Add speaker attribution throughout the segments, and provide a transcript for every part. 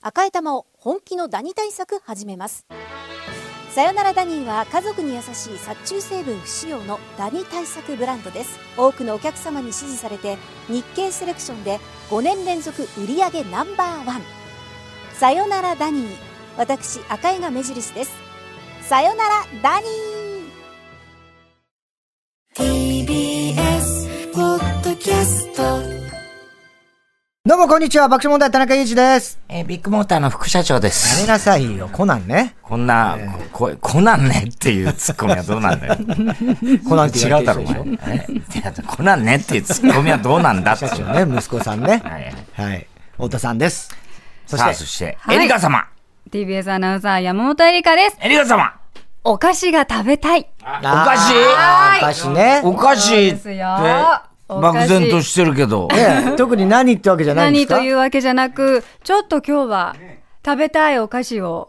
Speaker 1: 赤い玉を本気のダニ対策始めますさよならダニーは家族に優しい殺虫成分不使用のダニ対策ブランドです多くのお客様に支持されて日経セレクションで5年連続売上ナンバーワンさよならダニー私赤井が目印ですさよならダニー
Speaker 2: TBS ポッドキャスト
Speaker 3: どうもこんにちは、爆笑問題田中裕二です。
Speaker 4: えービッグモーターの副社長
Speaker 3: や
Speaker 4: で
Speaker 3: め
Speaker 4: す。
Speaker 3: なさいよ、コナンね。
Speaker 4: こんな、こ、こなんねっていうツッコミはどうなんだよ。
Speaker 3: コナンって
Speaker 4: 違
Speaker 3: 言わ
Speaker 4: う
Speaker 3: れ
Speaker 4: だ
Speaker 3: て
Speaker 4: ろ、
Speaker 3: る
Speaker 4: お
Speaker 3: 人でしょ
Speaker 4: 前。え いやこんなんねっていうツッコミはどうなんだっていう。
Speaker 3: そうね、息子さんね。
Speaker 4: はい
Speaker 3: はい。太田さんです。そ
Speaker 4: さあ、
Speaker 3: し
Speaker 4: そ
Speaker 3: て、
Speaker 4: して、
Speaker 5: い
Speaker 4: エリカ様
Speaker 5: TBS アナウンサー山本エリカです。
Speaker 4: エリカ様
Speaker 5: お菓子が食べたい。
Speaker 3: お
Speaker 4: お菓子
Speaker 3: お菓子ね。
Speaker 4: お菓子
Speaker 5: そう
Speaker 4: っ
Speaker 5: で
Speaker 4: て
Speaker 5: すよ、お
Speaker 4: 漠
Speaker 5: 菓子
Speaker 4: 然としてるけど、
Speaker 3: ね特に何ってわけじゃないんで
Speaker 5: 何
Speaker 3: すか
Speaker 5: というわけじゃなく、ちょっと今日は食べたいお菓子を、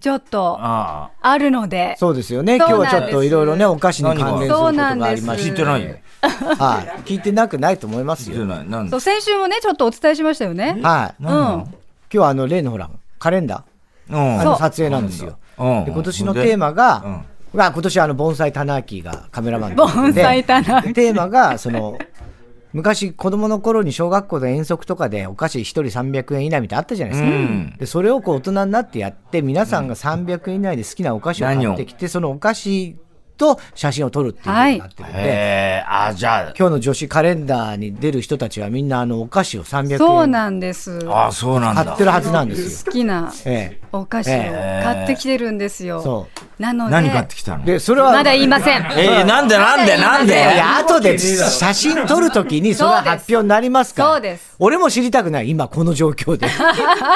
Speaker 5: ちょっと
Speaker 4: あ
Speaker 5: あるので、
Speaker 3: そうですよね。今日
Speaker 5: そうな
Speaker 3: はちょ
Speaker 5: んです
Speaker 3: っといろいろね、お菓子に関連すること
Speaker 5: 何
Speaker 3: が
Speaker 5: が
Speaker 3: あり
Speaker 4: あ、
Speaker 3: ま
Speaker 4: 聞い
Speaker 3: す。
Speaker 4: てないよ。
Speaker 3: はい。聞いてなくないと思います
Speaker 4: 聞いて
Speaker 3: よ。
Speaker 4: ない。なん
Speaker 5: そう先週もね、ちょっとお伝えしましたよね。
Speaker 3: はい。
Speaker 5: う
Speaker 3: 今
Speaker 5: ん。は
Speaker 3: 日はあの、例のほら、カレンダー、あ
Speaker 4: う
Speaker 3: の、撮影なんですよ。
Speaker 4: ん。うん
Speaker 3: で今年のテーマが、まあ今年はあの盆栽タナーキーがカメラマンで
Speaker 5: 盆栽タナーキ
Speaker 3: テーマがその昔子供の頃に小学校の遠足とかでお菓子1人300円以内みたいなのあったじゃないですか、
Speaker 4: うん
Speaker 3: でそれをこう大人になってやって皆さんが300円以内で好きなお菓子を買ってきてそのお菓子と写真を撮るっていうのになってるんで、
Speaker 4: えー、あ、じゃ
Speaker 3: 今日の女子カレンダーに出る人たちはみんなあのお菓子を300円
Speaker 5: そうなんです。好
Speaker 4: あ、あ、そうなん
Speaker 3: 買
Speaker 4: だ
Speaker 3: って。るはずなんですよ。
Speaker 5: きな
Speaker 3: え
Speaker 5: お菓子を買ってきてるんですよ。
Speaker 3: そ
Speaker 5: なので、
Speaker 4: 何買ってき
Speaker 3: え、
Speaker 4: たの
Speaker 3: でそれは
Speaker 5: まだ言いません。
Speaker 4: えー、なんでなんでなん
Speaker 3: い
Speaker 4: で
Speaker 3: やいや、後で写真撮るときにそれは発表になりますから。
Speaker 5: そうですそうです
Speaker 3: 俺も知りたくない、今この状況で。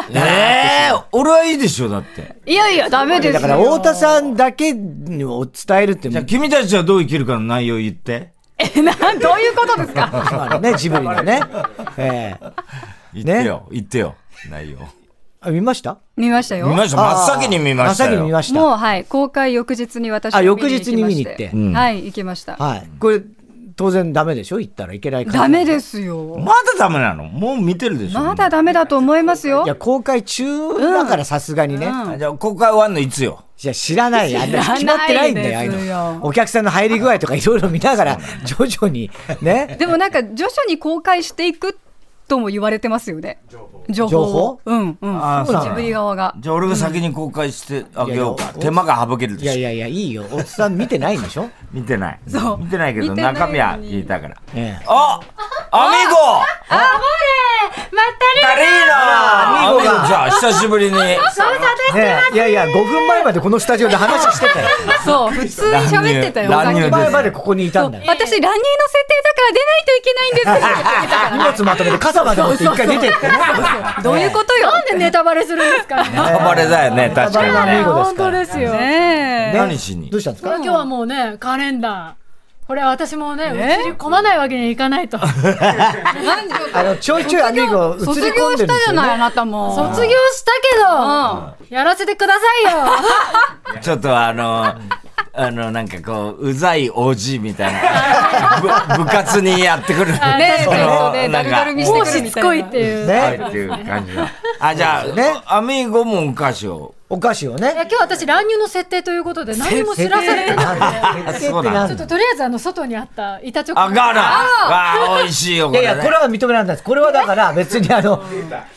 Speaker 4: ええ俺はいいでしょ、だって。
Speaker 5: いやいや、ダメです
Speaker 3: だ
Speaker 5: よ。
Speaker 3: から、太田さんだけを伝えるって、
Speaker 4: じゃあ、君たちはどう生きるかの内容言って。
Speaker 5: え、 なん、どういうことですか
Speaker 3: まあね、ジブリのね。ええ
Speaker 4: 言ってよ、言ってよ、 内容。
Speaker 3: あ見ました
Speaker 5: 見ましたよ。
Speaker 4: 見ました、真っ先に見ました
Speaker 3: 真っ
Speaker 4: よ。
Speaker 3: 先に見ました。
Speaker 5: もうはい、公開翌日に私は
Speaker 3: あ
Speaker 5: 見に行きまして
Speaker 3: 翌日に見に行って
Speaker 4: うん
Speaker 5: はい、行きました。
Speaker 3: はい。これ、当然ダメでしょ行ったらいけないから。
Speaker 5: ダメ
Speaker 3: す。
Speaker 5: ですよ。
Speaker 4: まだダメなのもう見てるでしょ
Speaker 5: まだダメだと思いますよ
Speaker 3: いや、。公開中だからさすがにね。
Speaker 5: うん
Speaker 4: じゃあ、公開終わんのいつよ
Speaker 3: いや、知らない。あんな決まってないんだよ、ああ
Speaker 5: 知らないですよ
Speaker 3: いうのお客さんの入り具合とかいろいろ見ながら、徐々に、ね。
Speaker 5: でもなんか徐々に公開していくとも言われてますよね。情
Speaker 3: 情報
Speaker 5: うんうん。
Speaker 4: あそうなの
Speaker 5: ジブリ側が。
Speaker 4: じゃあ、俺が先に公開してあげよう
Speaker 3: い
Speaker 4: か。
Speaker 3: やいや
Speaker 4: 手間が省けるで
Speaker 3: い
Speaker 4: しょ
Speaker 3: やいやいや、いいよ。おっさん見てないんでしょ
Speaker 4: 見てない。
Speaker 5: そう
Speaker 4: 見てないけど、
Speaker 5: 見てない
Speaker 4: 中身は聞いたから。
Speaker 3: ええ。
Speaker 4: あアミゴ
Speaker 5: あ、ほれま
Speaker 4: タリーナ
Speaker 3: アミゴが
Speaker 4: じゃあ、久しぶりに。
Speaker 3: ねえいやいや、5分前までこのスタジオで話してたよ。
Speaker 5: たねそう、普通に喋ってたよ、
Speaker 4: 乱入
Speaker 5: さ
Speaker 3: 5分
Speaker 4: 乱入
Speaker 5: っき
Speaker 3: 前までここにいたんだよ。
Speaker 5: 私、乱入の設定だから出ないといけないん ですって言ってたか
Speaker 3: 荷物まとめて傘まで持って一回出てってね。
Speaker 5: ら。どういうことよ。なんでネタバレするんですか
Speaker 4: 暴れだよね、確かに
Speaker 3: アミゴ
Speaker 4: ね。
Speaker 3: ですか
Speaker 6: 本当
Speaker 3: ら。
Speaker 6: ですよ、
Speaker 5: ねえ。
Speaker 4: 何しに
Speaker 3: どうしたんですか
Speaker 6: 今日はもうねカレンダーこれは私もね映り込まないわけにはいかないと卒
Speaker 5: 何で
Speaker 3: あの、ちょいちょいアミゴ映り込ん
Speaker 5: 卒
Speaker 3: でるん
Speaker 5: 業した
Speaker 3: です
Speaker 5: じ
Speaker 3: よ
Speaker 5: ゃない、あ
Speaker 3: ね。
Speaker 5: なたも。
Speaker 6: 業したけど、やらせてくださいよ
Speaker 4: ちょっとあの、あの、なんかこう、うざい OG みたいな、ぶ部活にやってくる。
Speaker 5: ねえ、
Speaker 4: そ
Speaker 5: そう
Speaker 4: の
Speaker 5: ね、
Speaker 4: な
Speaker 5: だ
Speaker 4: んか
Speaker 5: るだる見して
Speaker 6: もう
Speaker 5: くる
Speaker 6: し
Speaker 5: み
Speaker 6: つ
Speaker 5: た
Speaker 6: こい
Speaker 5: い
Speaker 6: っ
Speaker 5: な。
Speaker 6: ていう、
Speaker 4: は
Speaker 3: ね
Speaker 4: い、っていう感じの。あ、じゃあ、
Speaker 3: ね
Speaker 4: アミーゴもお菓子を。
Speaker 3: お菓子を
Speaker 6: いや
Speaker 3: ね。
Speaker 6: 今日私乱入の設定ということで何も知らされてない
Speaker 3: あ設定ってなん
Speaker 6: ちょっと
Speaker 3: だ
Speaker 6: とりあえずあの外にあった板チョコ
Speaker 4: あ、ガーナわあ、美味しいよ、こ
Speaker 3: いやい
Speaker 4: れ
Speaker 3: や、こ
Speaker 4: ね
Speaker 3: れ。は認められないです。これはだから別にあの、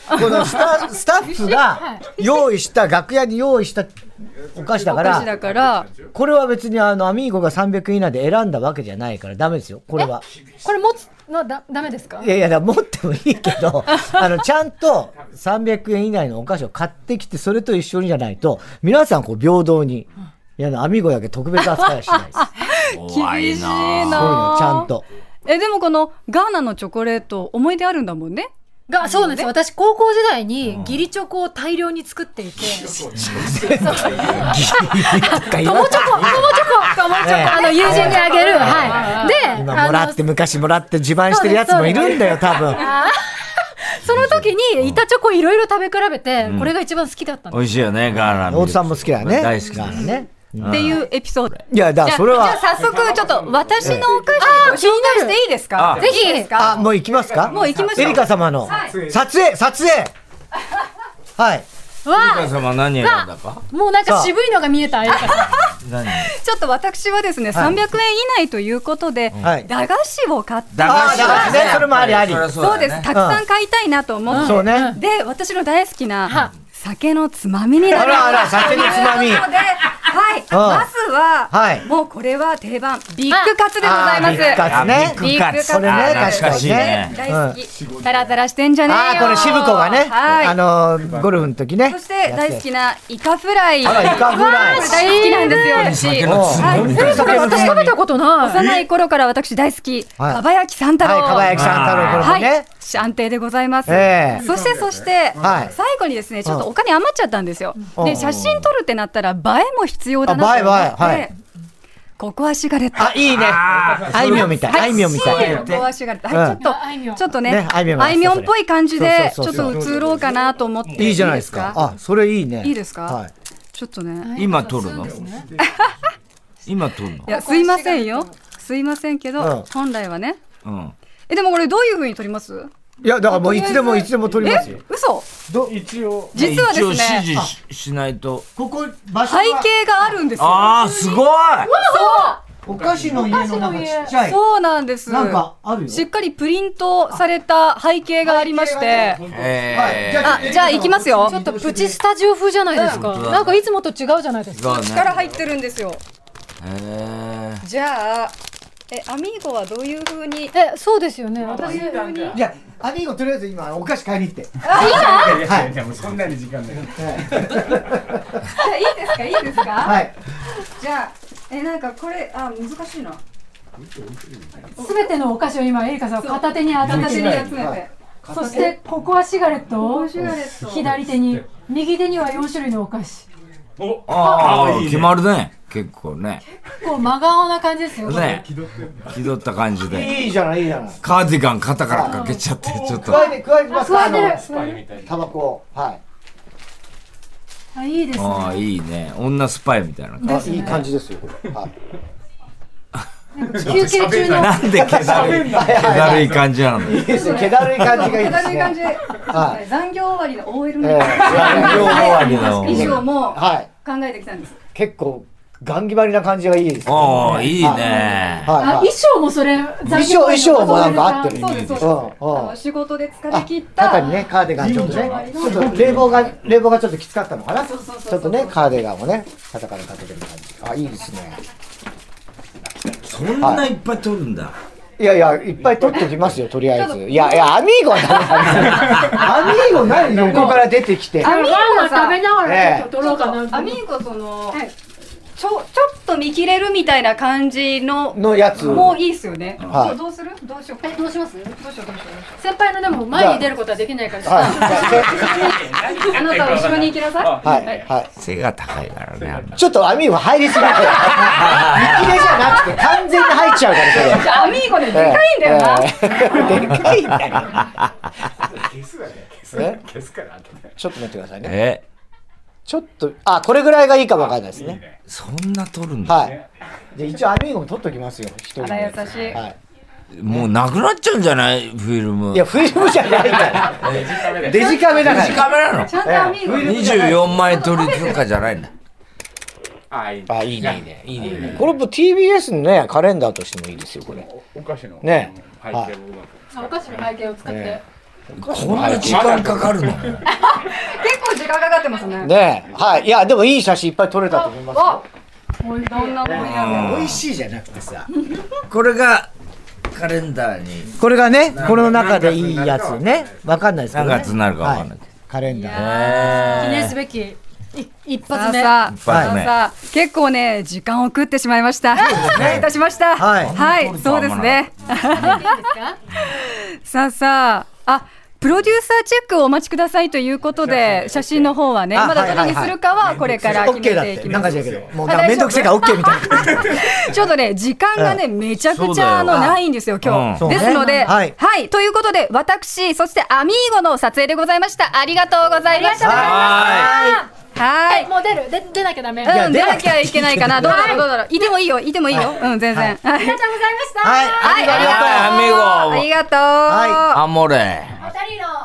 Speaker 3: このスタスタッフが用意した、楽屋に用意したお菓子だか
Speaker 5: お菓子だ
Speaker 3: ら、
Speaker 5: から、
Speaker 3: これは別にあの、アミーゴが300円以内で選んだわけじゃないからダメですよ、これは。
Speaker 6: これ持つのだダメですか
Speaker 3: いやいや、だから持ってもいいけど、 あの、ちゃんと300円以内のお菓子を買ってきて、それと一緒にじゃないと、皆さんこう平等に、いや、アミゴだけ特別扱いはしないです。こ
Speaker 4: 怖い
Speaker 5: 厳しい
Speaker 4: な
Speaker 3: ういうの
Speaker 5: な
Speaker 3: はちゃん。と。
Speaker 5: え、でもこのガーナのチョコレート、思い出あるんだもんね。
Speaker 6: がそうなんですよ私高校時代に義理チョコを大量に作っていて友チョコ友チョコ友チョコあの友人にあげるはいで
Speaker 3: 今もら
Speaker 6: あ
Speaker 3: っ
Speaker 6: の
Speaker 3: て、昔もらって自慢してるやつもいるんだよ、多分。
Speaker 6: その時に板チョコいろいろ食べ比べて、これが一番好きだったん
Speaker 4: 美味しいよね、ガーナの。
Speaker 3: 大津さんも好きだよね。
Speaker 4: 大好き
Speaker 3: だ
Speaker 4: だ
Speaker 3: か。らね。
Speaker 5: っていうエピソード。
Speaker 3: いや、だからそれ
Speaker 5: じゃあ
Speaker 3: は、
Speaker 5: 早速、ちょっと私のお菓子を紹介していいですか
Speaker 4: あ
Speaker 6: ぜひ
Speaker 5: いいですか
Speaker 3: あ、もう行きますか
Speaker 5: もう行きましょう
Speaker 3: エリカ様の、撮影、撮影はい。
Speaker 4: ゆか
Speaker 6: わ
Speaker 4: 様何選んだか
Speaker 6: あもうなん
Speaker 3: さ
Speaker 6: か
Speaker 3: あ
Speaker 6: 渋いのが見 えた、あやかさん。
Speaker 4: 何
Speaker 5: ちょっと私はですね、
Speaker 3: はい
Speaker 5: 300円以内ということで、
Speaker 3: はい
Speaker 5: 駄菓子を買って、
Speaker 4: 駄菓子
Speaker 3: あー駄菓子ね
Speaker 4: やっぱ
Speaker 3: それもありあり
Speaker 4: そゃそう
Speaker 5: そう
Speaker 4: だ
Speaker 5: で
Speaker 4: よ
Speaker 5: す、
Speaker 4: ね
Speaker 5: たくさん買いたいなと思って、
Speaker 3: そうね。
Speaker 5: で、私の大好きな
Speaker 6: は
Speaker 5: 酒のつまみにな
Speaker 3: あ
Speaker 5: りま
Speaker 3: らあ
Speaker 5: す。
Speaker 3: ら、酒につまみ。
Speaker 5: で、はい、まずは、
Speaker 3: はい
Speaker 5: もうこれは定番、ビッグカツでござ
Speaker 3: あ
Speaker 4: あ
Speaker 5: います。
Speaker 3: ービッグカツね
Speaker 4: ビッグカツ
Speaker 5: ビッグカツこれね
Speaker 4: あー懐かしい
Speaker 3: 確か
Speaker 4: ね
Speaker 3: にね
Speaker 5: 大好き。タラタラしてんじゃねえよ。
Speaker 3: ああ、これ、渋子がね、
Speaker 5: はい。
Speaker 3: あのー、ゴルフの時ね。
Speaker 5: そして大好
Speaker 3: や
Speaker 5: きなイカフライ。
Speaker 3: つ。あら、イカフライ
Speaker 5: これ。大好きなんですよ、私
Speaker 4: 酒。のつま
Speaker 3: おう
Speaker 4: み
Speaker 3: えーそれ
Speaker 6: 私食べたことない。
Speaker 5: 幼い頃から私大好き、
Speaker 3: はい
Speaker 5: かば焼き三太郎。
Speaker 3: はい、かば焼きさん太郎、これも
Speaker 5: はい、
Speaker 3: ね。
Speaker 5: 安定でございます。
Speaker 3: ええ
Speaker 5: そしてそして、
Speaker 3: はい
Speaker 5: 最後にですね、ちょっとお金余っちゃったんですよ。
Speaker 3: うん
Speaker 5: で、写真撮るってなったら、映えも必要だなと思
Speaker 3: あ映え映
Speaker 5: っ
Speaker 3: えはい
Speaker 5: て、ここはシガレット。
Speaker 3: あ、いいね。あいみょんみたい。あいみょんみたい。
Speaker 5: ここはシガレット。はい、ちょ
Speaker 6: あいみ
Speaker 5: っ
Speaker 6: ょ
Speaker 5: と、
Speaker 6: ん
Speaker 5: ちょっとね
Speaker 3: ね、あいみょんが
Speaker 5: あいみょんっぽい感じで、ち
Speaker 3: そ
Speaker 5: ょ
Speaker 3: うそ
Speaker 5: っ
Speaker 3: うそう
Speaker 5: と移ろうかなと思って。
Speaker 3: いいじゃないですか。あ、それいいね。
Speaker 5: いいですか
Speaker 3: はい。
Speaker 5: ちょっとね。
Speaker 4: 今取るの今取るの
Speaker 5: いや、すいませんよ。すいませんけ
Speaker 3: うん
Speaker 5: ど、本来はね。
Speaker 4: うん
Speaker 5: え、でもこれどういう風に撮ります
Speaker 3: いや、だからもういつでもいつでも撮ります
Speaker 5: え
Speaker 3: よ。
Speaker 5: 嘘
Speaker 7: 一応
Speaker 5: 実はです
Speaker 4: 一応指
Speaker 5: ね、
Speaker 4: 示ししないと
Speaker 7: ここ場所
Speaker 5: 背
Speaker 7: は
Speaker 5: 景があるんですよ。
Speaker 4: ああすごい
Speaker 7: お菓子の家のなんかちっちゃい
Speaker 5: そうなんです。
Speaker 7: なんかあるよ
Speaker 5: しっかりプリントされた背景がありまして。
Speaker 4: えー
Speaker 5: あ、じゃあ行きますよ。
Speaker 6: ちょっとプチスタジオ風じゃないですか。
Speaker 4: うん
Speaker 6: なんかいつもと違うじゃないですか。
Speaker 4: そうね
Speaker 5: 力入ってるんですよ。
Speaker 4: え
Speaker 5: じゃあ、え、アミーゴはどういう風に。
Speaker 6: え、そうですよね。私、
Speaker 7: いやアミーゴとりあえず今お菓子買いに行って
Speaker 8: いやもうそんなに時間ない。
Speaker 5: いいですか、いいですか。
Speaker 3: はい。
Speaker 5: じゃあ、え、なんかこれ、あ、難しいな。
Speaker 6: すべてのお菓子を今、エリカさんは片手に
Speaker 5: 片
Speaker 6: 頭
Speaker 5: 手
Speaker 6: に
Speaker 5: に集めて。
Speaker 6: そして、ここはシガレットを
Speaker 5: シガレット
Speaker 6: 左手に、右手には4種類のお菓子。
Speaker 8: お、
Speaker 4: あ
Speaker 8: あ
Speaker 4: あ
Speaker 8: いいね
Speaker 4: 決まるね結構ね
Speaker 6: こう、真顔な感じですよ。
Speaker 4: ね気取った感じで
Speaker 3: いいじゃない、いいじゃない。
Speaker 4: カーディガン肩からかけちゃってちょっと
Speaker 3: 加えて、加えてますか、あ
Speaker 6: 加えて
Speaker 3: の
Speaker 6: る、
Speaker 3: タバコを。はい。
Speaker 6: あ、いいですね。
Speaker 4: ああいいね女スパイみたいな
Speaker 3: あいい感じですよ、これ。はい。
Speaker 6: 休憩中の。
Speaker 4: なんで気だるい気だるい感じなの
Speaker 3: いいですね、 気だるい感じがいいで
Speaker 5: 手軽
Speaker 3: す
Speaker 5: い感
Speaker 3: ね。
Speaker 5: じ。はい残業終わりの OL の
Speaker 3: ええ
Speaker 4: 両終わり の
Speaker 5: 衣装も
Speaker 3: はい。
Speaker 5: 考えてきたんです。
Speaker 3: 結構、ガンギバリな感じがいいですね。
Speaker 4: おーいいね
Speaker 6: あ、
Speaker 3: はい。はい
Speaker 6: 衣装もそれ、
Speaker 3: 衣装、衣装もなんか合ってる。
Speaker 5: そうですそうですあ
Speaker 3: うん、うん
Speaker 5: の。仕事で疲
Speaker 3: あ
Speaker 5: れ切った。
Speaker 3: 肩にね、カーディガンちょっとね、ちょっと冷房が、冷房がちょっときつかったのかな。ちょっとね、カーディガンをね、肩からかけてる感じ。あ、いいですね。
Speaker 4: そんないっぱい取るんだ
Speaker 3: いやいや、いっぱい取ってきますよ、とりあえず。いやいや、アミーゴはダメだ。アミーゴ何横から出てきて。
Speaker 5: アミーゴ
Speaker 6: ワ
Speaker 5: は
Speaker 6: ンワン食
Speaker 5: さ
Speaker 6: べ。ながらちょっと撮ろうかな。
Speaker 5: アミーゴその、ちょちょっと見切れるみたいな感じの
Speaker 3: のやつ。
Speaker 5: もういいですよね。
Speaker 3: はい
Speaker 5: どうどうする？どうしようか。
Speaker 6: え、どうします
Speaker 5: どうしようどうしよ
Speaker 6: 先輩のでも前に出ることはできないから
Speaker 3: はい
Speaker 6: さ。
Speaker 5: う。あなたは後ろに行きなさい。
Speaker 3: はい。はい。
Speaker 4: 背が高いからねあの
Speaker 3: ちょっとアミーゴ入 りすぎて。見切れじゃなくて、完全に入っちゃうから、それ。
Speaker 5: じゃあアミーゴででかいんだよな。
Speaker 3: ええでかいんだよね
Speaker 8: 消すから後で。
Speaker 3: ちょっと待ってくださいね。
Speaker 4: え
Speaker 3: ちょっと、あ、これぐらいがいいかもわかんないですね。
Speaker 4: そんな取るんだ
Speaker 3: はい。じゃあ一応アミーゴも取っときますよ、一人
Speaker 5: あ
Speaker 3: で。
Speaker 5: ら優しい。
Speaker 3: はい。
Speaker 4: もうなくなっちゃうんじゃないフィルム
Speaker 3: いや、フィルムじゃないか ら。デジカメだか
Speaker 4: デジ
Speaker 3: ら。
Speaker 4: カメなの
Speaker 5: ちゃんとアミーゴ。
Speaker 4: 24枚撮りとかじゃないんだ
Speaker 8: あいいね。
Speaker 3: あ、いいね、いいね、いいねいいね。これも TBS のね、カレンダーとしてもいいですよ、これ。
Speaker 8: お菓子の
Speaker 3: ね
Speaker 8: 背景をうまく。
Speaker 6: お菓子の背景を使って。
Speaker 3: ね
Speaker 4: こんな時間かかるの
Speaker 5: 結構時間かかってますね。
Speaker 3: ねはい。いや、でもいい写真いっぱい撮れたと思いますよ。
Speaker 6: おいしい
Speaker 5: どんな思いなんだ
Speaker 3: 美味しいじゃなくてさ。
Speaker 4: これがカレンダーに
Speaker 3: これがね、この中でいいやつね。わかんないですけ
Speaker 4: 何
Speaker 3: ど、
Speaker 4: 月に
Speaker 3: ね。
Speaker 4: なるかわかんないけど
Speaker 3: カレンダー。
Speaker 6: 記念すべき、い一
Speaker 5: さ
Speaker 6: 発
Speaker 5: あ
Speaker 6: 目。
Speaker 5: さあ、
Speaker 4: 一発目
Speaker 5: さあさあ結構ね時間を食ってしまいました。失礼いたしました。
Speaker 3: はい
Speaker 5: はい、そうですね。さあさあ、あ、プロデューサーチェックをお待ちくださいということで、写真の方はね、
Speaker 3: あ
Speaker 5: まだどれに
Speaker 3: はいはいはい
Speaker 5: するかはこれから
Speaker 3: オ
Speaker 5: 決
Speaker 3: ッケーだっ
Speaker 5: め
Speaker 3: て
Speaker 5: い
Speaker 3: て。
Speaker 5: き
Speaker 3: なん
Speaker 5: ま
Speaker 3: か
Speaker 5: す
Speaker 3: じゃ。けど。もうなんかめんどくせえからオッケーみたいな。
Speaker 5: ちょっとね、時間がね、めちゃく
Speaker 4: そう
Speaker 5: ち
Speaker 4: だ
Speaker 5: ゃ
Speaker 4: よ
Speaker 5: あのないんですよ、今
Speaker 3: う
Speaker 5: 日。
Speaker 3: ん
Speaker 5: です
Speaker 3: そ
Speaker 5: ので、
Speaker 3: うねは
Speaker 5: はい
Speaker 3: い、
Speaker 5: ということで、私、そしてアミーゴの撮影でございました。ありがとうございました。
Speaker 4: は
Speaker 5: は
Speaker 6: はい、
Speaker 5: い。
Speaker 6: もう出る、で、出なきゃダメ。ありが
Speaker 5: う
Speaker 3: や
Speaker 5: ん、
Speaker 3: 出
Speaker 5: 出
Speaker 3: な
Speaker 5: な
Speaker 3: き
Speaker 5: き
Speaker 3: ゃ
Speaker 5: ゃ
Speaker 3: い
Speaker 5: い
Speaker 3: け
Speaker 5: け
Speaker 3: な
Speaker 5: ないい
Speaker 3: け
Speaker 5: か
Speaker 3: ど
Speaker 5: な。どうだろう、どうだろう。いてもいいよ、いてもいいよ。うん、全然。はい。
Speaker 6: とうございました。
Speaker 3: はい。ありがとう。
Speaker 4: いアミーゴ
Speaker 5: ありがとう。
Speaker 4: アモレ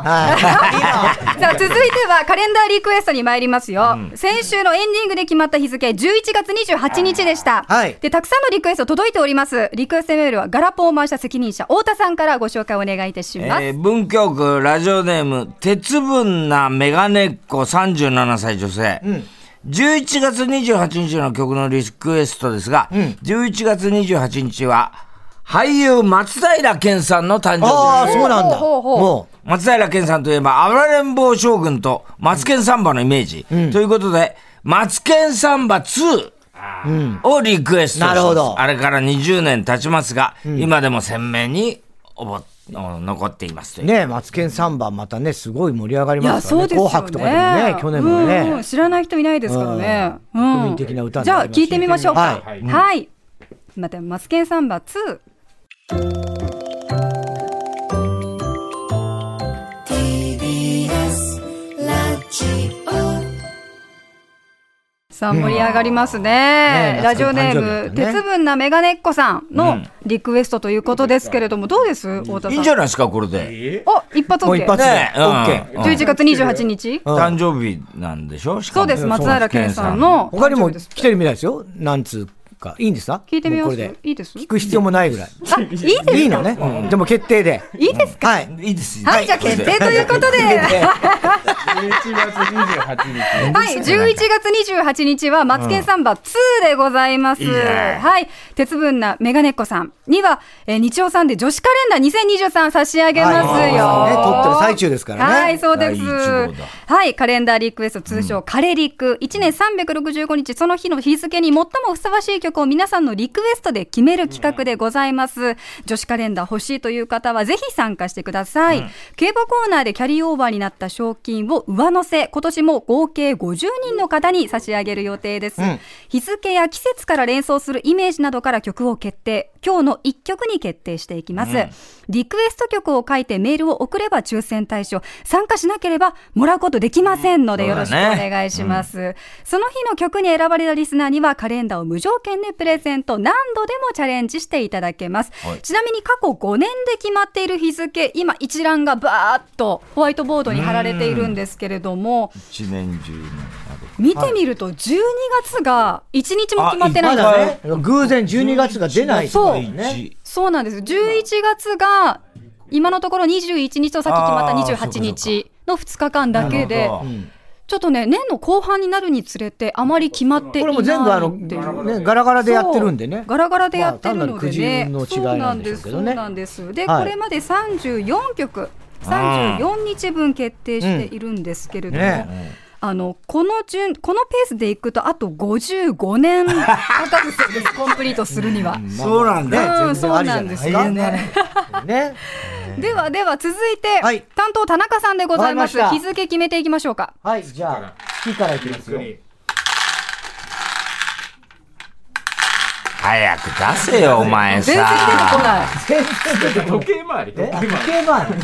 Speaker 3: はい。
Speaker 5: さあ続いてはカレンダーリクエストに参りますよ、先週のエンディングで決まった日付11月28日でした、
Speaker 3: はい
Speaker 5: でたくさんのリクエスト届いておりますリクエストメールはガラポンを回した責任者太田さんからご紹介お願いいたします、
Speaker 4: えー文京区ラジオネーム、鉄分なメガネっ子37歳女性。11月28日の曲のリクエストですが、11月28日は、俳優松平健さんの誕生
Speaker 3: あ
Speaker 4: 日
Speaker 3: あ、
Speaker 4: です。
Speaker 3: そうなんだ。
Speaker 5: ほうほうほう
Speaker 3: も
Speaker 4: 松平健さんといえば、暴れん坊将軍と松健サンバのイメージ。ということで、松健サンバ2。をリクエストしたんで
Speaker 3: なる
Speaker 4: す
Speaker 3: ほど
Speaker 4: あれから20年経ちますが、今でも鮮明におぼお残っていますとい
Speaker 3: う、
Speaker 4: う
Speaker 3: ね、マツケンサンバまたね、すごい盛り上がり
Speaker 5: いや
Speaker 3: ましたか
Speaker 5: そ
Speaker 3: ら
Speaker 5: う
Speaker 3: ね。
Speaker 5: ですよね
Speaker 3: 紅白とかでもね、去年も
Speaker 5: うんうん
Speaker 3: ね。
Speaker 5: 知らない人いないですからね、うん
Speaker 3: 国民的な歌に
Speaker 5: じゃ
Speaker 3: な
Speaker 5: あ
Speaker 3: ります
Speaker 5: 聞いてみましょうか
Speaker 3: は
Speaker 5: はいい、
Speaker 8: うん
Speaker 5: またマツケンサンバ2
Speaker 2: TBS ラジオ
Speaker 5: さあ盛り上がりますね,、
Speaker 3: え
Speaker 5: ラジオネ
Speaker 3: 夏の誕生日だった
Speaker 5: ーム、
Speaker 3: ね
Speaker 5: 鉄分なメガネっ子さんのリクエストということですけれども、どうです太田さん
Speaker 4: いいんじゃないですか、これで。
Speaker 5: お一発
Speaker 3: もう
Speaker 5: OK
Speaker 3: 一発で
Speaker 4: ね。
Speaker 3: オッケー。
Speaker 4: うん
Speaker 5: 11月28日
Speaker 3: うん
Speaker 4: 誕生日なんでしょしか
Speaker 5: そ
Speaker 4: も
Speaker 5: うです松平健さん。の
Speaker 3: 他にも
Speaker 5: 誕生日です
Speaker 3: 来てるみたいですよ。なんつうか。いいんですか
Speaker 5: 聞いてみま
Speaker 3: もう
Speaker 5: す
Speaker 3: これで。
Speaker 5: いいです
Speaker 3: 聞く必要もないぐらい。
Speaker 5: あいいです
Speaker 3: いいのね。うんでも決定で。
Speaker 5: いいですか、
Speaker 3: はい。
Speaker 4: いいです
Speaker 5: はいじゃあ決定ということでは
Speaker 8: 11月28日。
Speaker 5: い11月28日は「マツケンサンバ2」でございます、
Speaker 4: いいね
Speaker 5: はい鉄分なメガネっ子さんには、えー日曜さんで女子カレンダー2023差し上げますよ、
Speaker 3: はいね撮ってる最中ですからね
Speaker 5: はいそうです
Speaker 4: 第一号だ
Speaker 5: はいカレンダーリクエスト通称カレリク、1年365日その日の日付に最もふさわしい曲を皆さんのリクエストで決める企画でございます女子カレンダー欲しいという方はぜひ参加してください、競馬コーナーでキャリーオーバーになった賞金を上乗せ今年も合計50人の方に差し上げる予定です、日付や季節から連想するイメージなどから曲を決定今日の1曲に決定していきます、リクエスト曲を書いてメールを送れば抽選対象参加しなければもらうことできませんので
Speaker 4: うん
Speaker 5: よろしくお
Speaker 4: そうだね
Speaker 5: 願いします、その日の曲に選ばれたリスナーにはカレンダーを無条件でプレゼント何度でもチャレンジしていただけます、
Speaker 4: はい
Speaker 5: ちなみに過去5年で決まっている日付今一覧がバーっとホワイトボードに貼られているんですけれども
Speaker 4: 一年中のある
Speaker 5: 見てみると12月が1日も決まってない
Speaker 3: ま
Speaker 5: んです
Speaker 3: だね、偶然12月が出ない
Speaker 5: そう
Speaker 3: いね。
Speaker 5: そうなんです。11月が今のところ21日とさっき決まった28日の2日間だけで、
Speaker 3: うん
Speaker 5: ちょっとね年の後半になるにつれてあまり決まってい
Speaker 3: こ
Speaker 5: な
Speaker 3: れ
Speaker 5: い
Speaker 3: も全部あの、
Speaker 5: っていう
Speaker 3: ね、ガラガラでやってるんでね。
Speaker 5: ガラガラでやってる
Speaker 3: ま
Speaker 5: の
Speaker 3: あ単なる
Speaker 5: で
Speaker 3: くじ
Speaker 5: ね。
Speaker 3: 運の違いなんでしょうけどね
Speaker 5: そうなんです。そうなんですで、
Speaker 3: はい
Speaker 5: これまで34曲、34日分決定しているんですけれども。
Speaker 3: うんね
Speaker 5: あのこの順このペースでいくとあと55年かかるそうですコンプリートするには。
Speaker 4: そうなんだ。
Speaker 5: うん
Speaker 3: 全然ありじゃない
Speaker 5: そうなん
Speaker 3: ですか。ね。
Speaker 5: ではでは続いて、
Speaker 3: はい
Speaker 5: 担当田中さんでございます
Speaker 3: わかりま
Speaker 5: 日
Speaker 3: し
Speaker 5: 付決めていきましょうか
Speaker 3: はい、じゃあ、好きからいきますよ。
Speaker 4: 早く出せよ、お前
Speaker 5: 全然出てこ
Speaker 4: さ。
Speaker 5: ない
Speaker 3: 全然
Speaker 8: 時計回り。時計
Speaker 3: え、あ
Speaker 8: 回り
Speaker 3: 時。計回り。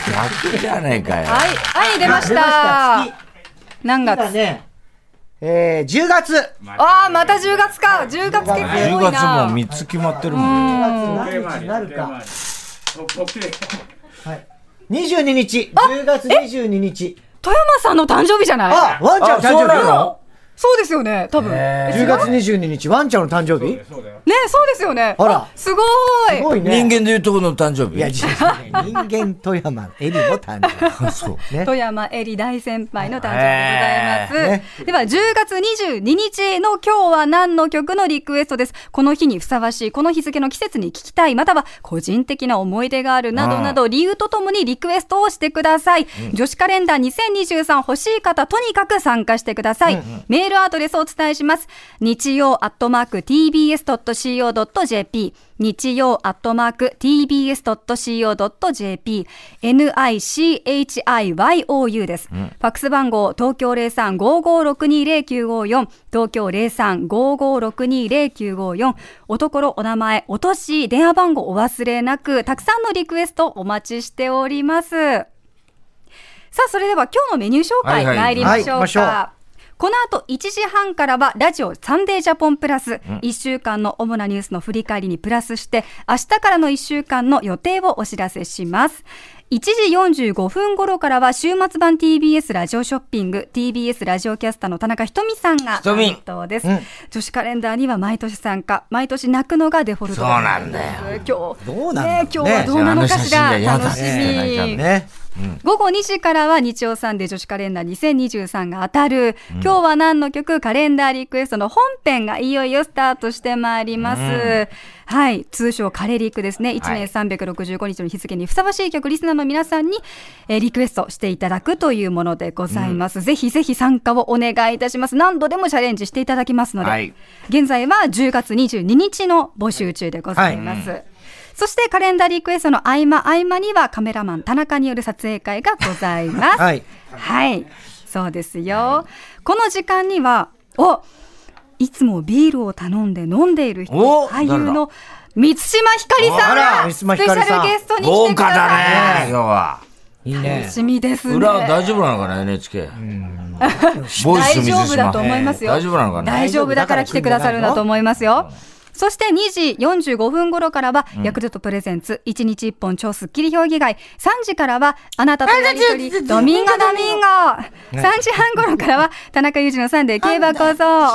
Speaker 4: 逆じゃねえかよ。
Speaker 5: はいはい出まし
Speaker 3: 出ました
Speaker 5: た何
Speaker 3: 月。だ
Speaker 5: 月
Speaker 3: ね。えー、10月。10
Speaker 5: ああまた10月か10月
Speaker 4: 10
Speaker 5: 結構多い
Speaker 4: 月
Speaker 5: な
Speaker 4: も3つ決まってるもん。
Speaker 3: 月
Speaker 8: 時計
Speaker 3: 何日
Speaker 8: 回り。
Speaker 3: になるか。
Speaker 8: 時計回り。
Speaker 3: 22日。10月22日。
Speaker 5: 富山さんの誕生日じゃない
Speaker 3: あ、ワンちゃん誕
Speaker 4: そう
Speaker 3: 生
Speaker 4: な
Speaker 3: 日。
Speaker 4: の
Speaker 5: そうですよね多分ね
Speaker 3: 10月22日、ワンちゃんの誕生日
Speaker 8: そうだよ。
Speaker 5: そうですよね
Speaker 3: あら
Speaker 5: あすごーい
Speaker 3: すごいね。
Speaker 4: 人間でいうとこの誕生日。
Speaker 3: いや、実はね人間富山、エリも誕生日。 そう。ね。
Speaker 5: 富山えり大先輩の誕生日でございま
Speaker 3: ね
Speaker 5: す。では10月22日の今日は何の曲のリクエストです。この日にふさわしい、この日付の季節に聞きたい、または個人的な思い出があるなどなど理由とともにリクエストをしてください。女子カレンダー2023欲しい方、とにかく参加してください。メールアドレスをお伝えします。日曜アットマーク tbs.co.jp 日曜アットマーク tbs.co.jp nichiou です、ファックス番号東京03-55620954東京03-55620954おところお名前お年電話番号お忘れなくたくさんのリクエストお待ちしておりますさあそれでは今日のメニュー紹
Speaker 4: は
Speaker 5: 介
Speaker 4: いはい
Speaker 5: 参りましょうか、
Speaker 3: はい行きましょ
Speaker 5: この後1時半からはラジオサンデージャポンプラス、1週間の主なニュースの振り返りにプラスして、明日からの1週間の予定をお知らせします。1時45分頃からは週末版 TBS ラジオショッピング TBS ラジオキャスターの田中ひとみさんが
Speaker 4: とみん
Speaker 5: 担当です、女子カレンダーには毎年参加毎年泣くのがデフォルト
Speaker 4: そうなんだよ
Speaker 5: よ今日
Speaker 3: どうなんだろうね
Speaker 5: 今日はどうなのかし
Speaker 4: あの
Speaker 5: ら
Speaker 4: 写真じゃ嫌だ
Speaker 5: 楽し
Speaker 4: ね
Speaker 5: み、
Speaker 3: ね。
Speaker 5: 午後2時からは日曜サンデー女子カレンダー2023が当たる、今日は何の曲カレンダーリクエストの本編がいよいよスタートしてまいります、はい通称カレリクですね1年365日の日付にふさわしい曲リスナーの皆さんに、えーリクエストしていただくというものでございます、ぜひぜひ参加をお願いいたします何度でもチャレンジしていただきますので、
Speaker 4: はい
Speaker 5: 現在は10月22日の募集中でございます。そしてカレンダーリクエストの合間合間にはカメラマン田中による撮影会がございます。
Speaker 3: はい。
Speaker 5: はい、そうですよ。この時間には、おいつもビールを頼んで飲んでいる人、
Speaker 4: お
Speaker 5: 俳優
Speaker 4: 誰だ
Speaker 5: の満島ひかりさん
Speaker 3: あら
Speaker 5: が
Speaker 3: 満
Speaker 5: ス
Speaker 3: 島
Speaker 5: ペシ
Speaker 3: ひかりさん
Speaker 5: ャルゲストに来
Speaker 4: 豪
Speaker 5: てくだ
Speaker 4: 華だ
Speaker 5: さ
Speaker 4: ね、今日は。
Speaker 3: いい
Speaker 5: い。
Speaker 3: ね
Speaker 5: 楽。しみですね。
Speaker 4: 裏大丈夫なのかな、NHK。ボイス
Speaker 5: 大
Speaker 4: 水
Speaker 5: 丈夫だ
Speaker 4: 島
Speaker 5: と。思いますよ。
Speaker 4: 大丈夫なのかな
Speaker 5: 大丈夫だから来てくださるんだと思いますよ。そして2時45分頃からは、ヤクルトプレゼンツ、1日1本超スッキリ評議会。3時からは、あなたとやりとり、ドミンゴドミンゴ。3時半頃からは、田中裕二のサンデー競馬構造。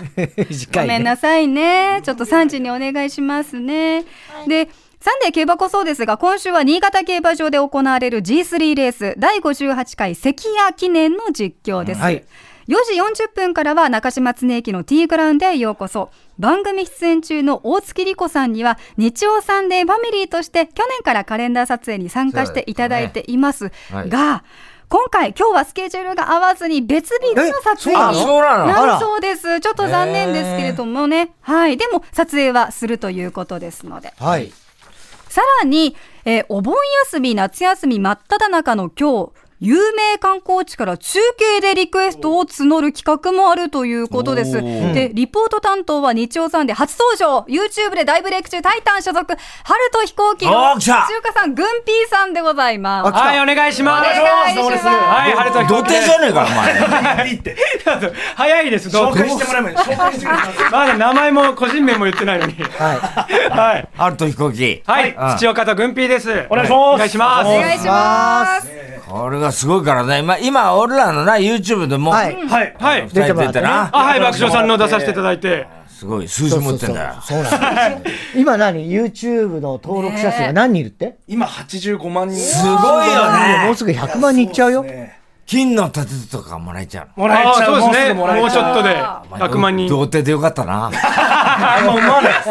Speaker 3: 短
Speaker 5: ごめ
Speaker 3: いね。
Speaker 5: んなさいね。ちょっと3時にお願いしますね。で、サンデー競馬こそうですが、今週は新潟競馬場で行われる G3 レース第58回関谷記念の実況です。
Speaker 3: はい。
Speaker 5: 4時40分からは中島恒駅の T グラウンドへようこそ。番組出演中の大月莉子さんには、日曜サンデーファミリーとして、去年からカレンダー撮影に参加していただいています
Speaker 4: そうですね
Speaker 5: が、今回、今日はスケジュールが合わずに別日での撮
Speaker 4: あ、
Speaker 5: 影に
Speaker 4: そうなの
Speaker 3: あ
Speaker 5: な
Speaker 3: ら
Speaker 5: るそうです。ちょっと残念ですけれどもね。はい。でも、撮影はするということですので。
Speaker 3: はい。
Speaker 5: さらに、えーお盆休み、夏休み真っ只中の今日、有名観光地から中継でリクエストを募る企画もあるということです。
Speaker 4: おー
Speaker 5: で、リポート担当は日曜さんで初登場、YouTube で大ブレイク中、タイタン所属、ハルト飛行機の
Speaker 4: おー来
Speaker 5: 中
Speaker 4: た
Speaker 5: 華さん、グンピーさんでございます。
Speaker 9: はい、お願いします。
Speaker 5: お願いします
Speaker 9: はい、春田
Speaker 4: 土手じゃねえか、お前。
Speaker 9: 早いです、どう
Speaker 7: 紹介してもらえばい い紹介してくれます
Speaker 9: まだ名前も個人名も言ってないのに。
Speaker 3: は
Speaker 9: はい。
Speaker 4: あると飛行機。
Speaker 9: はい、土岡と軍平です。お
Speaker 7: 願いします
Speaker 9: お願いしま
Speaker 5: お願い
Speaker 9: す。
Speaker 5: します。
Speaker 4: これがすごいからね。今、今俺らのな、YouTube でも、
Speaker 3: はい
Speaker 4: 二
Speaker 9: はい。はい。
Speaker 4: 人出てな。
Speaker 9: あ、はい、爆笑さんの出させていただいて。
Speaker 4: すごい、数
Speaker 3: い。
Speaker 4: 字持ってんだよ。
Speaker 3: そうそうそうそうなんですよ。今何 ?YouTube の登録者数が何人いるって
Speaker 7: 今85万人
Speaker 4: すごいよ
Speaker 3: もう
Speaker 4: ね。
Speaker 3: すぐ100万人いっちゃうよ。
Speaker 4: 金の盾とかもらえちゃうの。
Speaker 7: もらえちゃう
Speaker 9: あそうですね。
Speaker 7: もうすぐもらえちゃう
Speaker 9: もうちょっとで
Speaker 4: お前
Speaker 9: 100万人。
Speaker 4: 童貞でよかったな。
Speaker 7: あんま思わないです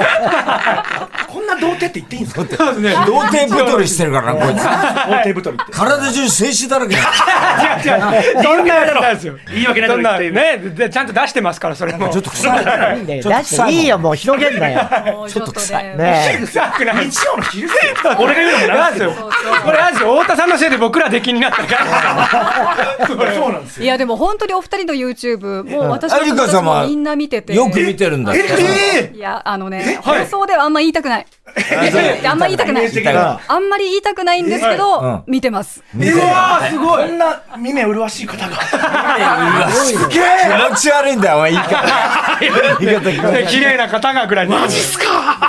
Speaker 7: こんな童貞って言っていいん ですか童
Speaker 9: そうですね。
Speaker 4: 童貞太りしてるからな、こいつ。
Speaker 7: 貞太りって
Speaker 4: 体中静止だらけだ。
Speaker 9: 違う違う。そんなやつなんですよ。
Speaker 7: 言い訳ない
Speaker 9: そんな
Speaker 7: と言って
Speaker 9: ね、でちゃんと出してますから、それも。
Speaker 4: ちょっと臭いな。
Speaker 3: いいんだよ。
Speaker 4: ちょっ
Speaker 3: だ
Speaker 4: と
Speaker 3: っていいよ、もう広げんなよ。
Speaker 5: もうちょっとね。
Speaker 3: ねえ。
Speaker 9: 臭くない。
Speaker 7: 日曜の昼俺が言うのも
Speaker 9: な
Speaker 7: なんん
Speaker 9: で
Speaker 7: ですす
Speaker 9: よ
Speaker 7: よ。
Speaker 9: これ、あれですよ。太田さんのせいで僕ら出禁になったから。そう
Speaker 7: そうなんですよ
Speaker 5: いや、でも本当にお二人の YouTube、もう私の
Speaker 4: あゆ
Speaker 5: 友
Speaker 4: りか
Speaker 5: 達
Speaker 4: 様
Speaker 5: もみんな見てて。
Speaker 4: よく見てるんだって。
Speaker 5: いや、あのね、
Speaker 9: はい
Speaker 5: 放送ではあんま言いたくない。 あんま言いたくない。
Speaker 4: 見たよ
Speaker 5: あんまり言いたくないんですけ
Speaker 4: はいう
Speaker 5: ど
Speaker 4: ん、
Speaker 5: 見てます。
Speaker 7: うわーすごいこんな未明麗しい方が
Speaker 4: うわすげえ気持ち悪いんだよ、お前。言い方。言い方気持ち悪い
Speaker 9: 綺麗な方がぐらいマジっすか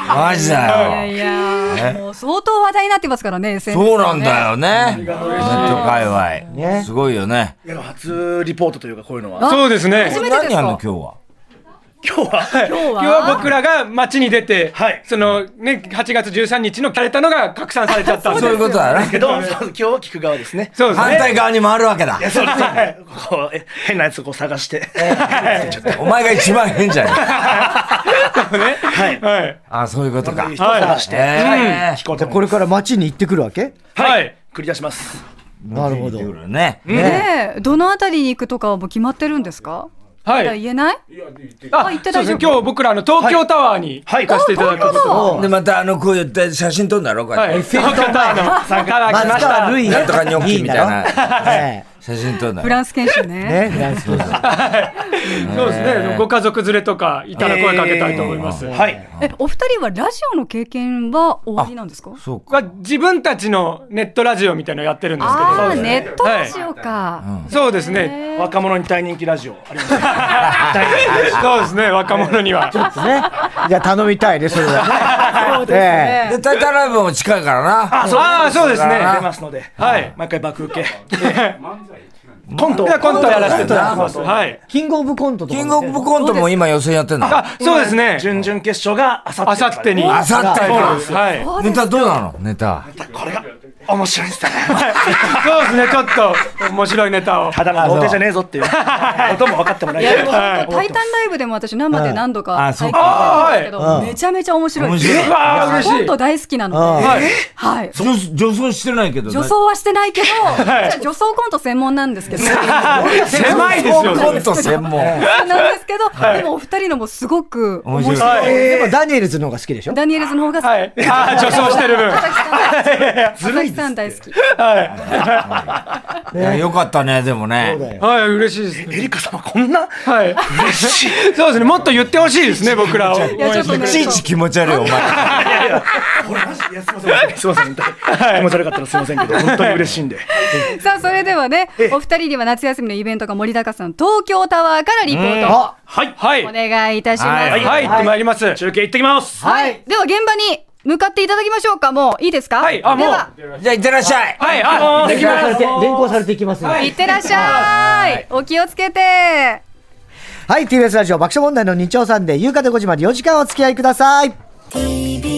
Speaker 4: マジ
Speaker 5: いや
Speaker 4: だよ。
Speaker 5: いや、もう相当話題になってますからね、SNS
Speaker 4: そうなんだよね。ネット界隈。
Speaker 3: ね
Speaker 4: すごいよね。
Speaker 7: でも初リポートというかこういうのは
Speaker 5: あ
Speaker 9: そうですね
Speaker 5: 初
Speaker 4: こ
Speaker 5: め
Speaker 4: れ
Speaker 5: てで
Speaker 4: 何
Speaker 5: すか
Speaker 4: やんの、今日は。
Speaker 7: 今日は
Speaker 5: 今日
Speaker 9: 今日は
Speaker 5: は。
Speaker 9: 僕らが街に出て、
Speaker 7: はい
Speaker 9: そのね、8月13日の垂れたのが拡散されちゃったんで。
Speaker 4: そういうことだ
Speaker 7: け
Speaker 4: ね。
Speaker 7: ど 今日は聞く側ですね
Speaker 9: そうです
Speaker 4: 反
Speaker 9: ね。
Speaker 4: 対側に回るわけだ。
Speaker 7: そうですねこうえ変なやつをこう探して
Speaker 4: お前が一番変じゃん。
Speaker 7: はい
Speaker 9: はい。
Speaker 4: あ、そういうことか。
Speaker 7: 人探して
Speaker 4: えー
Speaker 7: 聞こう
Speaker 3: じ
Speaker 7: と
Speaker 3: ゃあこ
Speaker 7: 思
Speaker 3: れ
Speaker 7: います
Speaker 3: から街に行ってくるわけ
Speaker 9: はい。
Speaker 7: 繰り出します
Speaker 3: なるほど
Speaker 4: と。いうことでね。
Speaker 3: ね
Speaker 5: ねえ、どのあたりに行くとかはもう決まってるんですかまだ
Speaker 9: はい。
Speaker 5: 言えない
Speaker 9: あ
Speaker 5: 言って
Speaker 9: そう
Speaker 5: 大
Speaker 9: です
Speaker 5: 丈
Speaker 9: ね
Speaker 5: 夫。
Speaker 9: 今日僕らあの東京タワーに
Speaker 7: はい
Speaker 9: 行かせていただくことを。
Speaker 4: で、また、あの、こう言って写真撮るんだろ、こうや
Speaker 9: は
Speaker 4: っ
Speaker 9: い。
Speaker 4: て。
Speaker 9: 東京タワーのタワー来ま
Speaker 3: 松
Speaker 9: した。
Speaker 3: 川るい
Speaker 4: なんとかニョッキみたいな。
Speaker 3: な。ええ
Speaker 4: 写真撮るんだ
Speaker 5: フランス研修
Speaker 3: ね、
Speaker 5: ね。
Speaker 3: フランスの
Speaker 9: そうですね。ご家族連れとかいたら声かけたいと思います。
Speaker 7: はい。
Speaker 5: え、お二人はラジオの経験はおありなんですか
Speaker 4: そうか。
Speaker 9: まあ自分たちのネットラジオみたいなのやってるんですけど。
Speaker 5: ああ、
Speaker 9: そうですね
Speaker 5: ネットラジオか。
Speaker 9: そうですね。
Speaker 7: 若者に大人気ラジオあります。
Speaker 9: そうですね。若者には。
Speaker 3: ね。じゃあ頼みたいね、それはね。そうですね。
Speaker 4: で、タイタンライブも近いからな。あ、
Speaker 9: ああ、そうですね。
Speaker 7: 出ますので、
Speaker 9: はい。
Speaker 7: 毎回爆受け。コント
Speaker 9: じゃあコントやらせていただき
Speaker 7: コン
Speaker 9: ま
Speaker 7: ト
Speaker 9: す。
Speaker 7: やらせていただきます
Speaker 9: はい。
Speaker 3: キングオブコントとか
Speaker 4: キ
Speaker 3: も
Speaker 4: ン
Speaker 3: ね。
Speaker 4: グオブコントも今予選やってんだ。
Speaker 9: あ、そうですね。
Speaker 7: 準々決勝があ
Speaker 9: あ
Speaker 7: さ
Speaker 9: さ
Speaker 7: っ
Speaker 9: っててに。
Speaker 4: あさって
Speaker 9: そうなんです
Speaker 4: か。
Speaker 9: はい。
Speaker 4: ネタどうなのネタ。
Speaker 7: 面白いんです よね。
Speaker 9: そうですね。ちょっと面白いネタを。
Speaker 7: ただの童貞じゃねえぞ っていうことも分かってもらえ たい。
Speaker 9: は
Speaker 5: タイタンライブでも私生で何度か
Speaker 4: ああ
Speaker 5: 体
Speaker 4: そう
Speaker 5: 験し
Speaker 4: か
Speaker 5: たんですけ
Speaker 3: あ
Speaker 5: ど、
Speaker 3: あ
Speaker 5: めちゃめちゃ面白い。
Speaker 4: 面白い
Speaker 9: い。うわあ、嬉し
Speaker 5: コ
Speaker 9: い
Speaker 5: ン。ト大好きなので、
Speaker 9: はい。
Speaker 5: はい。
Speaker 4: 女女装してないけどね。
Speaker 5: 女装はしてない けど、私は女装コント専門なんですけど、
Speaker 9: 狭いですよ
Speaker 4: コント専門。
Speaker 5: なんですけど、でもお二人のもすごく
Speaker 4: 面
Speaker 5: 面白い。
Speaker 4: 白い。
Speaker 3: でもダニエルズの方が好きでしょ
Speaker 5: ダニエルズの方が好き。
Speaker 9: はい。ああ、女装してる分。
Speaker 5: 佐々木さん大好き。
Speaker 4: いやよかったね、でも
Speaker 3: そうだ
Speaker 4: ね。
Speaker 3: よ
Speaker 9: はい、嬉しいですね。
Speaker 7: エリカ様こんな
Speaker 9: はい。嬉しい。そうですね。もっと言ってほしいですね、僕らを。
Speaker 5: いや、ちょっと
Speaker 4: い
Speaker 5: ね、
Speaker 4: ちいち気持ち悪い、お前。
Speaker 7: すいません、本当に気持ち悪かったらすいませんけど、本当に嬉しいんで。
Speaker 5: さあ、それではね、お二人には夏休みのイベントが盛りだくさん、東京タワーからリポート
Speaker 3: あ
Speaker 9: はい。はい。
Speaker 5: お願いいたします。
Speaker 9: はい。はい。行ってまいります。
Speaker 7: 中継行ってきます。
Speaker 5: はい。では、現場に向かっていただきましょうか。もういいですか
Speaker 9: はいあもう
Speaker 5: では、
Speaker 4: じゃあ、いってらっしゃい。
Speaker 9: はい。あ、
Speaker 3: 連行されて、連行されていきますね。はい
Speaker 5: いってらっしゃい。お気をつけて。
Speaker 3: はい、TBS ラジオ爆笑問題の日曜さんで、夕方5時まで4時間お付き合いください。
Speaker 2: TBS